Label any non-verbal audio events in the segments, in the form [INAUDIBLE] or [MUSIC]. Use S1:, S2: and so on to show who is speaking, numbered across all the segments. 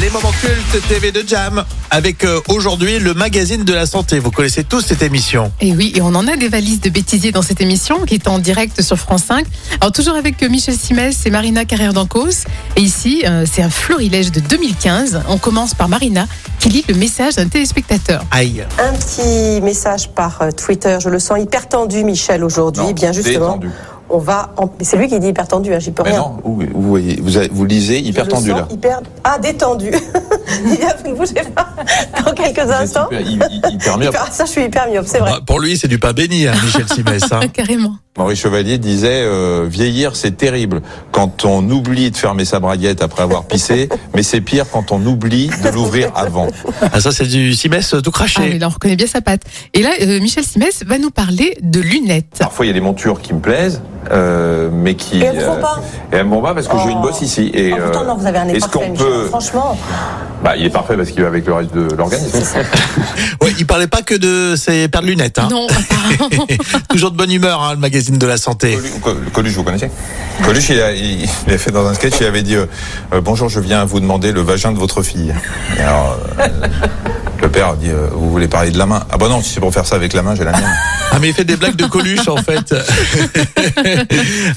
S1: Les moments cultes TV de Jam avec euh, aujourd'hui le magazine de la santé. Vous connaissez tous cette émission.
S2: Et Eh oui, et on en a des valises de bêtisier dans cette émission qui est en direct sur France 5. Alors toujours avec euh, Michel Simès et Marina Carrère d'Ancos. Et ici, euh, c'est un florilège de 2015. On commence par Marina qui lit le message d'un téléspectateur.
S1: Aïe.
S3: Un petit message par euh, Twitter. Je le sens hyper tendu, Michel, aujourd'hui.
S4: Non,
S3: Bien justement,
S4: détendu.
S3: on va. En... mais C'est lui qui dit hyper tendu. hein, J'y peux
S4: Mais
S3: rien.
S4: non, vous, vous voyez, vous, avez- vous lisez
S3: Je
S4: hyper
S3: le
S4: tendu
S3: sens
S4: là.
S3: hyper- Ah, détendu. [LAUGHS] Il y a- vous ne bougez pas dans quelques
S4: Vous êtes
S3: instants.
S4: hyper- hy- hy- hyper myope. Ah,
S3: Hyper- Ça, je suis hyper myope, c'est vrai.
S1: Bah, pour lui, c'est du pain béni, hein, Michel Simès.
S2: [LAUGHS]
S1: hein.
S2: Ah, carrément.
S4: Maurice Chevalier disait euh, vieillir c'est terrible quand on oublie de fermer sa braguette après avoir
S3: [LAUGHS]
S4: pissé, mais c'est pire quand on oublie de l'ouvrir avant.
S1: Ah, ça, c'est du Simès euh, tout
S2: Ah oui,
S1: craché.
S2: là on reconnaît bien sa patte. Et là, euh, Michel Simès va nous parler de lunettes.
S4: Parfois il y a des montures qui me plaisent, euh, mais qui
S3: Et elles vous vont
S4: euh,
S3: pas
S4: et elles me vont pas parce que j'ai une bosse ici. Et
S3: Ah, pourtant,
S4: euh,
S3: non, vous avez un nez
S4: est-ce
S3: parfait,
S4: qu'on
S3: Michel.
S4: peut
S3: Franchement,
S4: Bah, il est parfait parce qu'il va avec le reste de l'organisme.
S1: Ouais, il parlait pas que de ses paires de lunettes. hein.
S2: Non, apparemment.
S1: [LAUGHS] Toujours de bonne humeur, hein, le magazine de la santé.
S4: Colu- Col- Coluche, vous connaissez Coluche, il a, il, il a fait dans un sketch, il avait dit euh, euh, Bonjour, je viens vous demander le vagin de votre fille. Et alors, euh, le père dit euh, Vous voulez parler de la main Ah bah non, si c'est pour faire ça avec la main, j'ai la mienne.
S1: Ah, mais il fait des blagues de Coluche, en
S2: [LAUGHS]
S1: fait.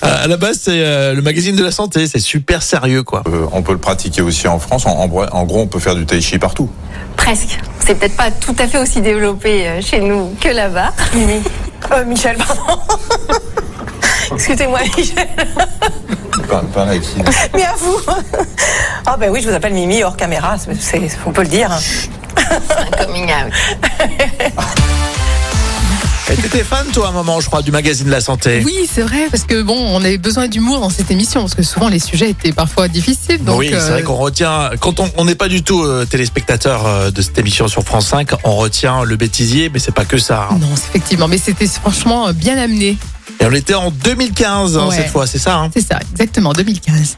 S1: à la base, c'est euh, le magazine de la santé. C'est super sérieux, quoi.
S4: Euh, on peut le pratiquer aussi en France. En, en vrai- en gros, on peut faire du tai chi partout.
S5: Presque. C'est peut-être pas tout à fait aussi développé euh, chez nous que là-bas. [LAUGHS] Oh,
S3: Mimi. Euh, Michel, pardon. Excusez-moi, Michel.
S4: Pas, pas avec qui, non.
S3: [LAUGHS] Mais à vous. Ah, ben oui, je vous appelle Mimi hors caméra, c'est- c'est- on peut le dire. hein.
S5: Un coming out.
S1: Et t'étais fan, toi, à un moment, je crois, du magazine de la santé.
S2: oui, c'est vrai, parce que bon, on avait besoin d'humour dans cette émission, parce que souvent les sujets étaient parfois difficiles. Donc,
S1: oui, c'est
S2: euh,
S1: vrai qu'on retient, quand on on n'est pas du tout euh, téléspectateur euh, de cette émission sur France 5, on retient le bêtisier, mais c'est pas que ça. hein.
S2: Non, c'est effectivement, mais c'était franchement euh, bien amené.
S1: Et on était en 2015 hein,
S2: Ouais.
S1: cette fois, c'est ça hein
S2: C'est ça, exactement, 2015.